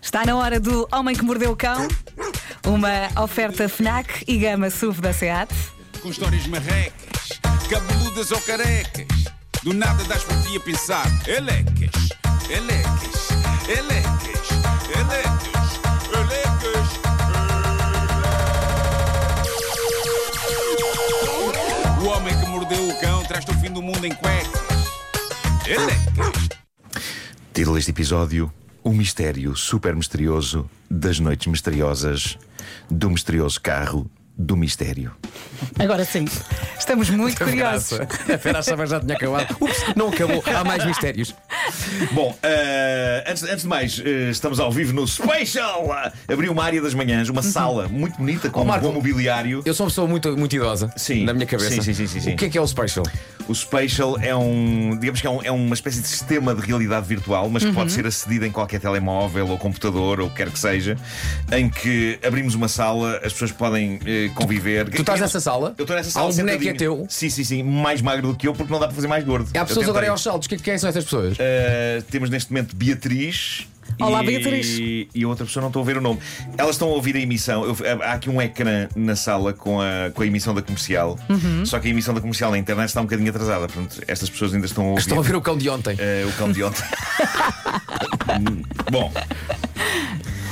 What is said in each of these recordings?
Está na hora do Homem que Mordeu o Cão, uma oferta FNAC e gama SUV da SEAT. com histórias marrecas, cabeludas ou carecas. Do nada das por ti a pensar. Elecas, elecas, elecas, elecas, elecas. O homem que mordeu o cão traz-te o fim do mundo em cuecas. Elecas. Título deste episódio: O mistério super misterioso das noites misteriosas do misterioso carro do mistério. Agora sim. Estamos muito curiosos. Graça. A Vera achava que já tinha acabado. Ups, não acabou. Há mais mistérios. Bom, eh, antes, antes de mais, eh, estamos ao vivo no Special! Abriu uma área das manhãs, uma sala muito bonita com Oh, um Marco. bom mobiliário. Eu sou uma pessoa muito, muito idosa. Sim. Na minha cabeça. Sim, sim, sim, sim, sim. O que é que é o special? O Spatial é um, digamos que é, um- é uma espécie de sistema de realidade virtual, mas que pode Uhum. ser acedido em qualquer telemóvel ou computador ou o que quer que seja, em que abrimos uma sala, as pessoas podem eh, conviver. Tu estás nessa sala? Eu estou nessa sala. Há um boneco que é sentadinho. teu? Sim, sim, sim. Mais magro do que eu, porque não dá para fazer mais gordo. Há Eu pessoas agora tentei. aos saltos. Que- Quem são estas pessoas? Uh, temos neste momento Beatriz. Olá, e, Beatriz. E outra pessoa, não estou a ver o nome. Elas estão a ouvir a emissão. Eu- há aqui um ecrã na sala com a, com a emissão da comercial. Só que a emissão da comercial na internet está um bocadinho atrasada. Portanto, estas pessoas ainda estão a ouvir Estão a ver o cão de ontem. uh, o cão de ontem. Hum, Bom,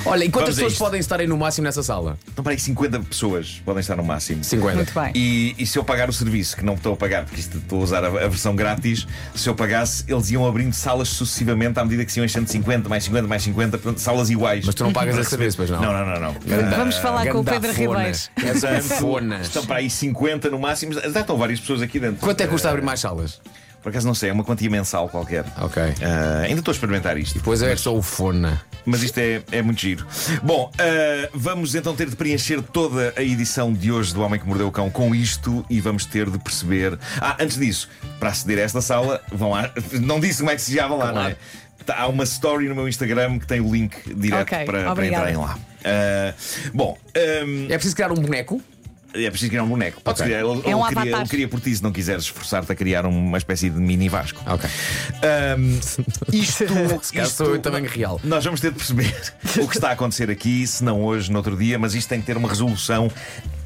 Olha, vamos e a quantas pessoas isto. podem estar aí no máximo nessa sala? então para aí 50 pessoas podem estar no máximo. 50. Muito bem. E, e se eu pagar o serviço, que não estou a pagar, porque isto estou a usar a, a versão grátis, se eu pagasse, eles iam abrindo salas sucessivamente à medida que se iam enchendo 50, mais 50, mais 50, portanto, salas iguais. Mas tu não pagas Para esse receber- serviço, pois não? Não, não, não. não. Vamos Ah, falar com o Ganda Pedro afona. Ribeiro. És Portanto, afonas. Estão para aí 50 no máximo, já estão várias pessoas aqui dentro. Quanto é que custa abrir mais salas? Por acaso não sei, é uma quantia mensal qualquer. Ok. Ah, ainda estou a experimentar isto. Pois é, sou o fona. Mas isto é, é muito giro. Bom, ah, vamos então ter de preencher toda a edição de hoje do Homem que Mordeu o Cão com isto e vamos ter de perceber. Ah, antes disso, para aceder a esta sala, vão lá. Não disse como é que se chegava lá, não é? Tá- Há uma story no meu Instagram que tem o link direto Ok, para, para obrigada. entrarem lá. Ah, bom, ahm, É preciso criar um boneco? é preciso criar um boneco. Podes Ok. criar, ou, É um ou cria, avatar. ou cria por ti se não quiseres esforçar-te a criar uma espécie de mini Vasco. Ok. Ahm, isto, calhar isto sou eu também real. Nós vamos ter de perceber o que está a acontecer aqui, se não hoje, no outro dia, mas isto tem que ter uma resolução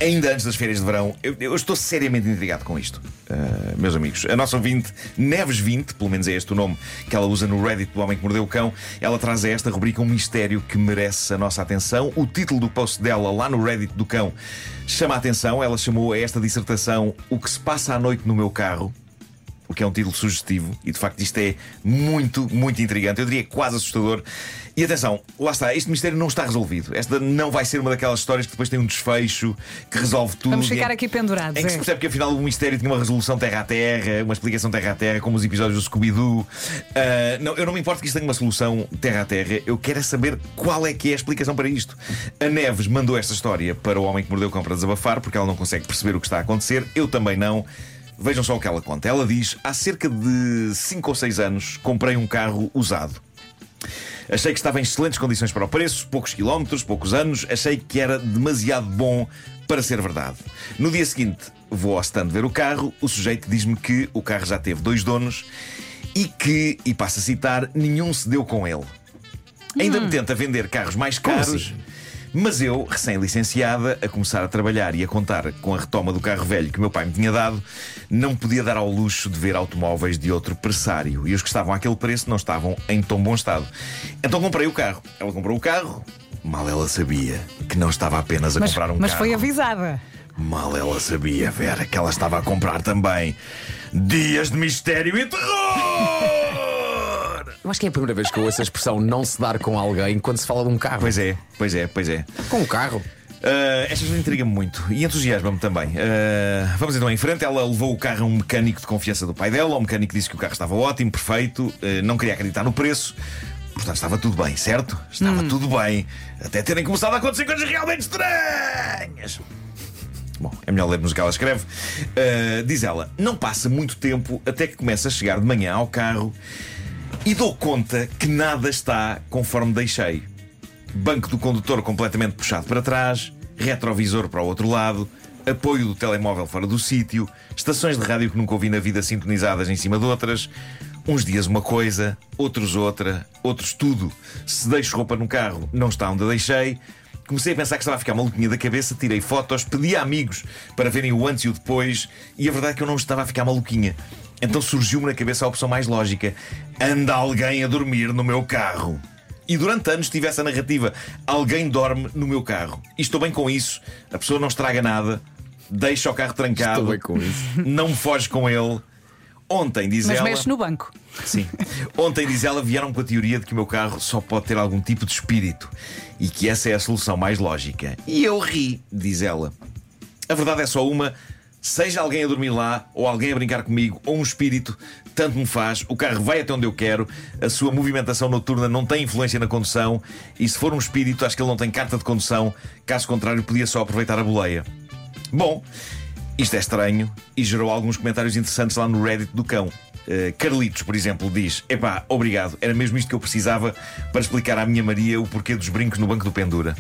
ainda antes das férias de verão. Eu, eu estou seriamente intrigado com isto, ah, meus amigos. A nossa ouvinte, Neves20, pelo menos é este o nome que ela usa no Reddit do Homem que Mordeu o Cão, ela traz a esta rubrica um mistério que merece a nossa atenção. O título do post dela lá no Reddit do Cão chama a atenção. Ela chamou a esta dissertação O que se passa à noite no meu carro o que é um título sugestivo e de facto isto é muito, muito intrigante. Eu diria quase assustador. E atenção, lá está, este mistério não está resolvido. Esta não vai ser uma daquelas histórias que depois tem um desfecho que resolve tudo. Vamos e ficar em- aqui pendurados, Em que é. se percebe que afinal o mistério tinha uma resolução terra a terra, uma explicação terra a terra, como os episódios do Scooby-Doo. Ah, não, eu não me importo que isto tenha uma solução terra a terra, eu quero é saber qual é que é a explicação para isto. A Neves mandou esta história para o homem que mordeu o cão para desabafar, porque ela não consegue perceber o que está a acontecer, eu também não. Vejam só o que ela conta. Ela diz: há cerca de 5 ou 6 anos comprei um carro usado. Achei que estava em excelentes condições para o preço, poucos quilómetros, poucos anos. Achei que era demasiado bom para ser verdade. No dia seguinte, vou ao stand ver o carro. O sujeito diz-me que o carro já teve dois donos e que, e passo a citar, nenhum se deu com ele. Ainda Hum. me tenta vender carros mais caros. Mas eu, recém-licenciada, a começar a trabalhar e a contar com a retoma do carro velho que o meu pai me tinha dado, não podia dar ao luxo de ver automóveis de outro pressário. E os que estavam àquele preço não estavam em tão bom estado. Então comprei o carro. Ela comprou o carro. Mal ela sabia que não estava apenas a Mas, comprar um mas carro. foi avisada. Mal ela sabia, Vera, que ela estava a comprar também dias de mistério e terror! Eu acho que é a primeira vez que eu ouço a expressão não se dar com alguém quando se fala de um carro. pois é, pois é, pois é. Com um carro. Uh, esta história intriga-me muito e entusiasma-me também. Uh, vamos então em frente. Ela levou o carro a um mecânico de confiança do pai dela. O mecânico disse que o carro estava ótimo, perfeito, uh, não queria acreditar no preço. Portanto, estava tudo bem, certo? Estava tudo bem. Até terem começado a acontecer coisas realmente estranhas. Bom, é melhor lermos o que ela escreve. Uh, diz ela: Não passa muito tempo até que começa a chegar de manhã ao carro e dou conta que nada está conforme deixei. Banco do condutor completamente puxado para trás, retrovisor para o outro lado, apoio do telemóvel fora do sítio, estações de rádio que nunca ouvi na vida sintonizadas em cima de outras, Uns dias uma coisa, outros outra, outros tudo. Se deixo roupa no carro, não está onde a deixei. Comecei a pensar que estava a ficar maluquinha da cabeça, tirei fotos, pedi a amigos para verem o antes e o depois, e a verdade é que eu não estava a ficar maluquinha. Então surgiu-me na cabeça a opção mais lógica: anda alguém a dormir no meu carro. E durante anos tive essa narrativa. Alguém dorme no meu carro. E estou bem com isso. A pessoa não estraga nada. Deixa o carro trancado. Estou bem com isso. Não me foge com ele. Ontem, diz Mas ela. mexe no banco. Sim. Ontem, diz ela, vieram com a teoria de que o meu carro só pode ter algum tipo de espírito e que essa é a solução mais lógica. E eu ri, diz ela. A verdade é só uma: seja alguém a dormir lá, ou alguém a brincar comigo, ou um espírito, tanto me faz, o carro vai até onde eu quero, a sua movimentação noturna não tem influência na condução, e se for um espírito, acho que ele não tem carta de condução, caso contrário, podia só aproveitar a boleia. Bom, isto é estranho e gerou alguns comentários interessantes lá no Reddit do cão. Eh, Carlitos, por exemplo, diz: Epá, obrigado, era mesmo isto que eu precisava para explicar à minha Maria o porquê dos brincos no banco do Pendura.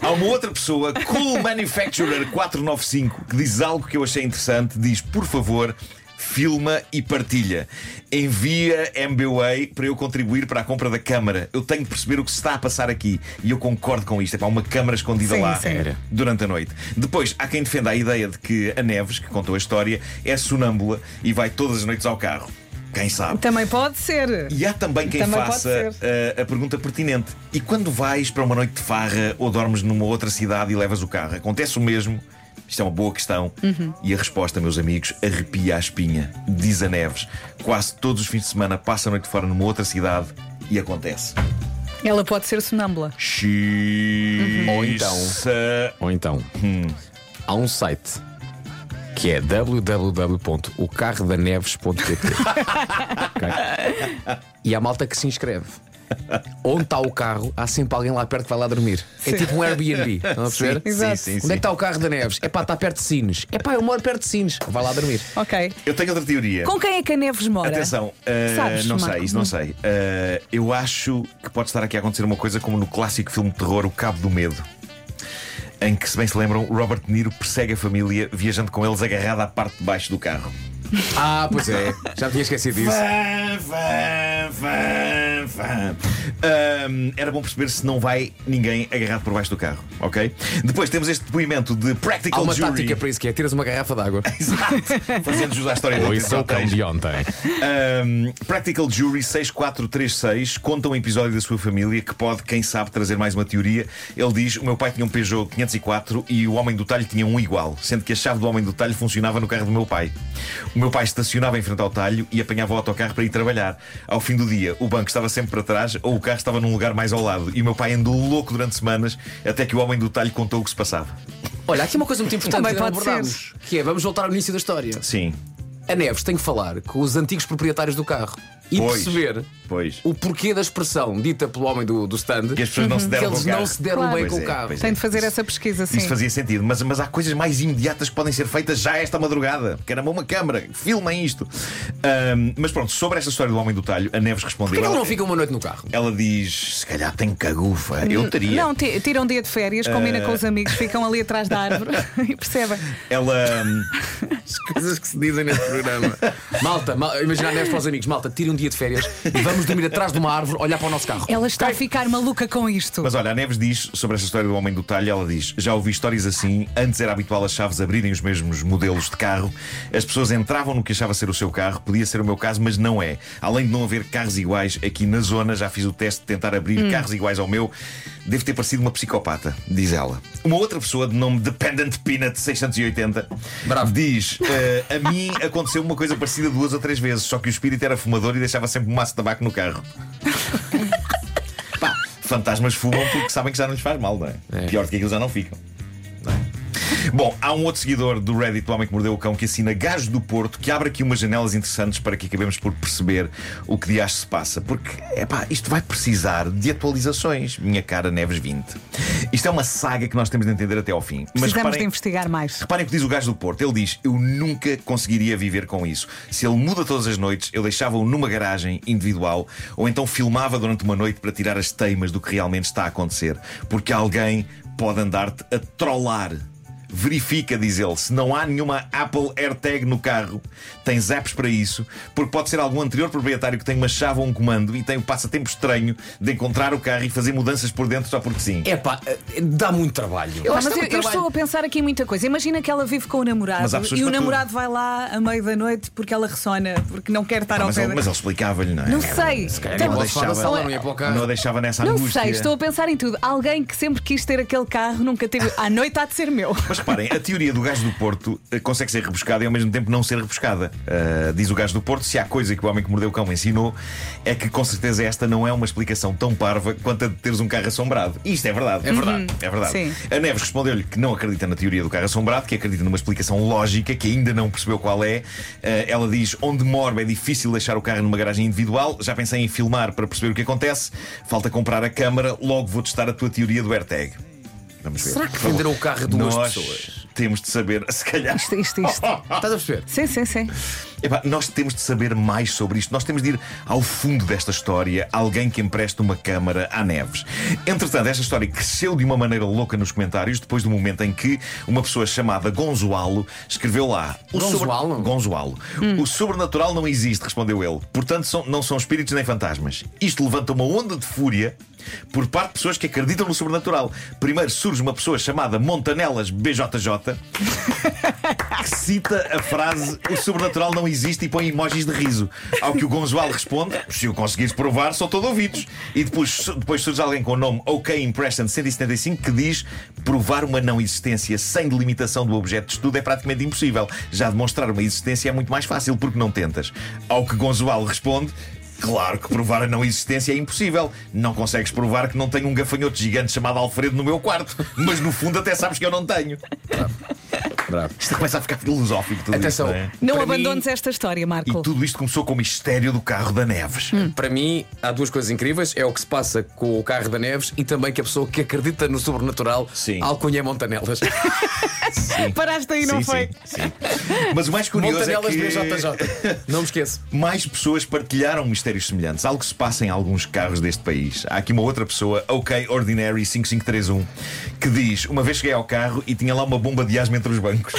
Há uma outra pessoa, Cool Manufacturer 495, que diz algo que eu achei interessante. Diz, por favor, filma e partilha. Envia MBWay para eu contribuir para a compra da câmara. Eu tenho de perceber o que se está a passar aqui. E eu concordo com isto. É para uma câmara escondida Sim, lá sim. Era. durante a noite. Depois, há quem defenda a ideia de que a Neves, que contou a história, é sonâmbula e vai todas as noites ao carro. Quem sabe? Também pode ser. E há também quem Também pode faça ser. uh, a pergunta pertinente: e quando vais para uma noite de farra ou dormes numa outra cidade e levas o carro? Acontece o mesmo? Isto é uma boa questão. Uhum. E a resposta, meus amigos, arrepia a espinha. Diz a Neves: quase todos os fins de semana passa a noite fora numa outra cidade e acontece. Ela pode ser sonâmbula. Xiii. Ou então- Ou então, há um site que é www.ocarrodaneves.pt Ok? E há malta que se inscreve. Onde está o carro, há sempre alguém lá perto que vai lá dormir. É tipo um Airbnb, estão a perceber? Sim, Exato. sim, Onde sim. é que está o carro da Neves? É pá, está perto de Sines. É pá, eu moro perto de Sines. Vai lá dormir. Ok. Eu tenho outra teoria. Com quem é que a Neves mora? Atenção, eh, Sabes, não Marco? sei, isso não sei. Eh, eu acho que pode estar aqui a acontecer uma coisa como no clássico filme de terror O Cabo do Medo. Em que, se bem se lembram, Robert De Niro persegue a família viajando com eles agarrado à parte de baixo do carro. Ah, pois é. Já tinha esquecido isso. Fã, fã, fã, fã. Ahm, era bom perceber se não vai ninguém agarrado por baixo do carro, ok? Depois temos este depoimento de Há Practical uma Jury. tática para isso que é tiras uma garrafa d'água. Exato. Fazendo jus à história do Ou isso é o cão de ontem. Um, Practical Jury 6436 conta um episódio da sua família que pode, quem sabe, trazer mais uma teoria. Ele diz: O meu pai tinha um Peugeot 504 e o homem do talho tinha um igual, sendo que a chave do homem do talho funcionava no carro do meu pai. O meu pai estacionava em frente ao talho e apanhava o autocarro para ir trabalhar. Ao fim do dia, o banco estava sempre para trás ou o carro estava num lugar mais ao lado. E o meu pai andou louco durante semanas até que o homem do talho contou o que se passava. Olha, há aqui é uma coisa muito importante Também que não pode abordámos, que é vamos voltar ao início da história. Sim, A Neves tem que falar com os antigos proprietários do carro e Pois. perceber pois. o porquê da expressão dita pelo homem do, do stand Que as pessoas não se Uhum. que deram com eles o carro. não se deram Claro. bem Pois com o é, carro. pois é. Tem de fazer essa pesquisa, sim. Isso fazia sentido, mas, mas há coisas mais imediatas que podem ser feitas já esta madrugada. Caramba, uma câmara, filmem isto. Ahm, mas pronto, sobre esta história do Homem do Talho, a Neves respondeu. Porquê que ele ela, não fica uma noite no carro? ela diz: se calhar tem cagufa. Eu teria. Não, ti- tira um dia de férias, Eh. combina com os amigos, ficam ali atrás da árvore e percebem. Ela. hum, As coisas que se dizem neste programa. Malta, mal, imagina a Neves para os amigos, malta, tira um dia de férias e vamos dormir atrás de uma árvore, olhar para o nosso carro. Ela está a ficar maluca com isto. Mas olha, a Neves diz sobre essa história do homem do talho, ela diz: já ouvi histórias assim, antes era habitual as chaves abrirem os mesmos modelos de carro, as pessoas entravam no que achava ser o seu carro, podia ser o meu caso, mas não é. Além de não haver carros iguais, aqui na zona já fiz o teste de tentar abrir carros iguais ao meu, devo ter parecido uma psicopata, diz ela. Uma outra pessoa de nome Dependent Peanut 680 Bravo. diz: "Eh, a mim aconteceu uma coisa parecida duas ou três vezes, só que o espírito era fumador e deixava sempre um maço de tabaco no carro. Pá, fantasmas fumam porque sabem que já não lhes faz mal, não é? É. Pior do que aquilo já não ficam. não é? Bom, há um outro seguidor do Reddit, do Homem que Mordeu o Cão, que assina Gajo do Porto, que abre aqui umas janelas interessantes para que acabemos por perceber o que de se passa. Porque, epá, isto vai precisar de atualizações, minha cara Neves 20. Isto é uma saga que nós temos de entender até ao fim. Precisamos Mas de reparem- investigar mais. Reparem o que diz o gajo do Porto. Ele diz: Eu nunca conseguiria viver com isso. Se ele muda todas as noites, eu deixava-o numa garagem individual ou então filmava durante uma noite para tirar as teimas do que realmente está a acontecer. Porque alguém pode andar-te a trollar. Verifica, diz ele, se não há nenhuma Apple AirTag no carro. Tens apps para isso, porque pode ser algum anterior proprietário que tem uma chave ou um comando e tem o passatempo estranho de encontrar o carro e fazer mudanças por dentro só porque sim. É pá, dá muito trabalho. Eu, Dá mas eu, muito eu trabalho. estou a pensar aqui em muita coisa. Imagina que ela vive com o namorado Mas há pessoas e o para tudo. namorado vai lá a meio da noite porque ela ressona, porque não quer estar ao mas, pé ele, da- mas ele explicava-lhe, não é? Não sei. Se calhar Tem- não a Posso falar da deixava, sala, não ia para o carro. não a deixava nessa Não angústia. sei, estou a pensar em tudo. Alguém que sempre quis ter aquele carro nunca teve. À noite há de ser meu. Mas reparem, a teoria do gajo do Porto eh, consegue ser rebuscada e ao mesmo tempo não ser rebuscada. Ah, diz o gajo do Porto: se há coisa que o homem que mordeu o cão me ensinou, é que com certeza esta não é uma explicação tão parva quanto a de teres um carro assombrado. E Isto é verdade. É verdade. É verdade. Sim. A Neves respondeu-lhe que não acredita na teoria do carro assombrado, que acredita numa explicação lógica que ainda não percebeu qual é. Eh, ela diz: onde moro é difícil deixar o carro numa garagem individual. Já pensei em filmar para perceber o que acontece. Falta comprar a câmara, logo vou testar a tua teoria do AirTag. Vamos ver. Será que Por favor. venderam o carro a duas Nós pessoas? Temos de saber, se calhar. Isto, isto, isto. Estás a perceber? Sim, sim, sim. Epá, nós temos de saber mais sobre isto. Nós temos de ir ao fundo desta história. Alguém que empresta uma câmara à Neves. Entretanto, esta história cresceu de uma maneira louca nos comentários depois do momento em que uma pessoa chamada Gonzoalo escreveu lá. o sobre- Gonzoalo? Gonzoalo. O sobrenatural não existe, respondeu ele. Portanto, são- não são espíritos nem fantasmas. Isto levanta uma onda de fúria por parte de pessoas que acreditam no sobrenatural. Primeiro surge uma pessoa chamada Montanelas BJJ que cita a frase o sobrenatural não existe e põe emojis de riso. Ao que o Gonzoalo responde: se o conseguires provar, sou todo ouvidos. E depois, su- depois surge alguém com o nome OK Impression 175 que diz: provar uma não existência sem delimitação do objeto de estudo é praticamente impossível. Já demonstrar uma existência é muito mais fácil porque não tentas. Ao que Gonzoalo responde. Claro que provar a não existência é impossível. Não consegues provar que não tenho um gafanhoto gigante chamado Alfredo no meu quarto. Mas no fundo até sabes que eu não tenho. Bravo. Isto começa a ficar filosófico tudo isto, Atenção. não é? Não Para mim- abandones esta história, E Marco. tudo isto começou com o mistério do carro da Neves. Hum. Para mim, há duas coisas incríveis: é o que se passa com o carro da Neves e também que a pessoa que acredita no sobrenatural Sim. alcunha Montanelas. Paraste aí, não sim, foi? sim, sim. Mas o mais curioso é Montanelas que BJJ. Não me esqueço. mais pessoas partilharam mistérios semelhantes, algo que se passa em alguns carros deste país. Há aqui uma outra pessoa, OK Ordinary 5531, que diz: Uma vez cheguei ao carro e tinha lá uma bomba de asma entre os bancos.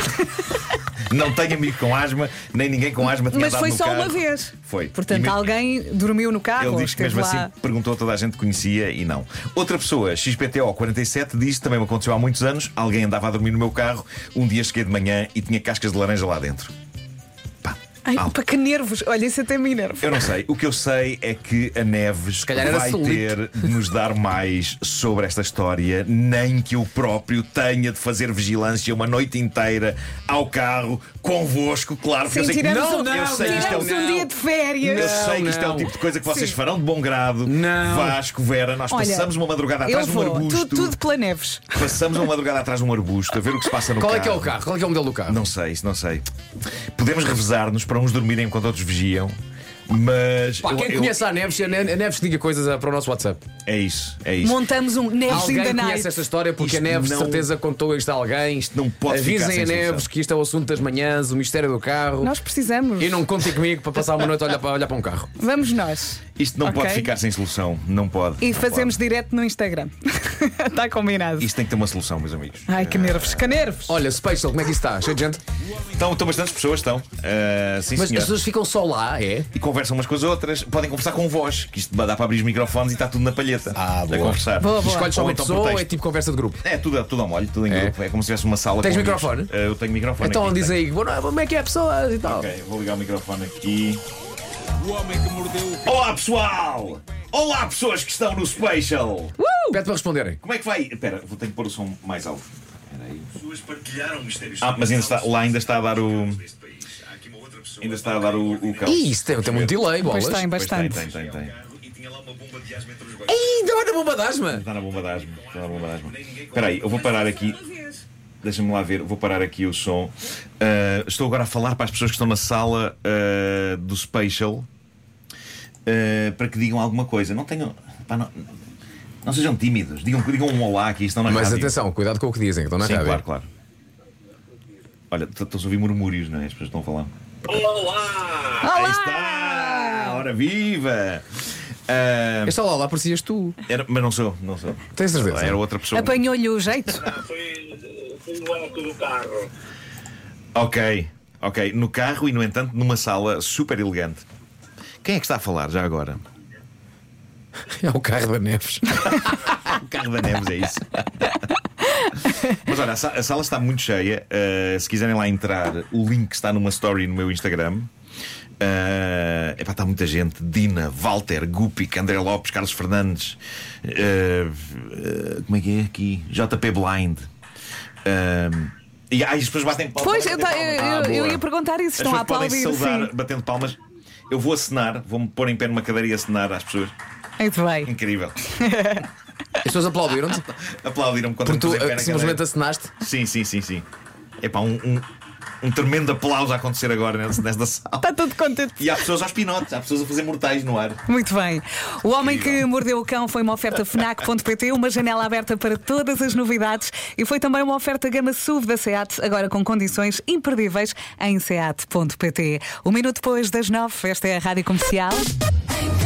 Não tenho amigo com asma, nem ninguém com asma tinha Mas andado foi no só carro. uma vez. Foi. Portanto, E me- alguém dormiu no carro. Ele ou diz que esteve mesmo lá. assim perguntou a toda a gente que conhecia e não. Outra pessoa, XPTO47, diz também me aconteceu há muitos anos. Alguém andava a dormir no meu carro. Um dia cheguei de manhã e tinha cascas de laranja lá dentro. Pá. Ai, Alto. para que nervos. Olha, isso até me enerva. Eu não sei. O que eu sei é que a Neves calhar era vai solito. ter de nos dar mais sobre esta história, nem que eu próprio tenha de fazer vigilância uma noite inteira ao carro, convosco, claro, Sim, porque eu sei que tiramos não, um, eu sei que isto é o tiramos um dia de férias. eu sei que isto é não. o tipo de coisa que vocês Sim. farão de bom grado. Não. Vasco, Vera, nós Olha, passamos uma madrugada Eu atrás de um vou. arbusto. Tudo, tudo pela Neves. Passamos uma madrugada atrás de um arbusto a ver o que se passa no Qual é carro. que é o carro? Qual é que é o modelo do carro? Não sei, isso não sei. Podemos revezar-nos para uns dormirem enquanto outros vigiam. Mas Pá, eu- quem eu- conhece a Neves, a Ne- a Neves diga coisas ah, para o nosso WhatsApp. é isso, é isso. Montamos um Neves in the Alguém night. conhece esta história porque Isto a Neves, de não- certeza, contou isto a alguém. Isto não pode ficar Avisem sem a Neves solução. que isto é o assunto das manhãs, o mistério do carro. Nós precisamos. E não contem comigo para passar uma noite a olhar para, olhar para um carro. Vamos nós. Isto não Ok. pode ficar sem solução, não pode. E não fazemos direto no Instagram. Está combinado. pode. Isto tem que ter uma solução, meus amigos. Ai, que nervos, que nervos. Olha, Special, como é que isso está? Cheio de gente? Estão, estão bastantes pessoas, estão. Ah, sim, Mas senhor. as pessoas ficam só lá, é? E conversam umas com as outras, podem conversar com voz, que isto dá para abrir os microfones e está tudo na palheta. Ah, a boa. conversar. Boa, boa. Escolhes só Ou uma então por pessoa ou é texto. tipo conversa de grupo? É tudo, tudo ao molho, tudo em É. grupo. É como se tivesse uma sala Tens com microfone? amigos. Eh, eu tenho microfone. Então aqui, diz tenho. aí, "Boa noite, como é que é pessoas e tal. Ok, vou ligar o microfone aqui. O homem que mordeu o cão. Olá pessoal! Olá pessoas que estão no Special! Pede para responderem. Como é que vai? Espera, vou ter que pôr o som mais alto. Pessoas partilharam mistérios. Ah, mas ainda está, lá ainda está a dar o. Ainda está a dar o, o caos. Ih, isso tem, tem muito delay, bolas. Pois tem, Pois bastante. Tem, tem, tem. Ih, dá na bomba de asma. Está na bomba de asma. Está na bomba de asma. Espera aí, eu vou parar aqui. Deixa-me lá ver, vou parar aqui o som. Ah, estou agora a falar para as pessoas que estão na sala ah, do Special ah, para que digam alguma coisa. Não tenham. pá, não, não sejam tímidos, digam, digam um olá aqui, estão na Mas rádio. atenção, é cuidado com o que dizem, que estão na Sim, rádio. claro, claro. Olha, t- estão-se a ouvir murmúrios, não é? As pessoas estão a falar. Olá! Aí está! Ora viva! Ah, Este lá, lá parecias tu. era- mas não sou, não sou. Tens certeza? É Era outra pessoa. Apanhou-lhe o jeito. Foi, no âmbito do carro. Ok, ok. No carro e, no entanto, numa sala super elegante. Quem é que está a falar já agora? É o carro da Neves. O carro da Neves, é isso. Mas olha, a sa- a sala está muito cheia. Uh, se quiserem lá entrar, o link está numa story no meu Instagram. Uh, epá, está muita gente. Dina, Walter, Gupic, André Lopes, Carlos Fernandes. uh, uh, como é que é aqui? JP Blind. Uh, e ah, e as pessoas batem palmas. Pois, eu, batem ta- eu- palmas. eu- Ah, eu boa. ia perguntar isso. As Estão a pessoas podem aplaudir, saudar sim. batendo palmas. Eu vou acenar, vou-me pôr em pé numa cadeira e acenar às pessoas. Muito bem. Incrível. As pessoas aplaudiram-te Aplaudiram-me quando porque me tu pus em pé eh, na simplesmente cadeira. acenaste. assim- Sim, sim, sim, sim. É pá, um, um, um tremendo aplauso a acontecer agora nesta, nesta sala. Está Tá tudo contente. E há pessoas aos pinotes, há pessoas a fazer mortais no ar. Muito bem. O Homem que Mordeu o Cão foi uma oferta FNAC.pt, uma janela aberta para todas as novidades e foi também uma oferta gama SUV da SEAT, agora com condições imperdíveis em SEAT.pt. Um minuto depois das nove, esta é a Rádio Comercial. Em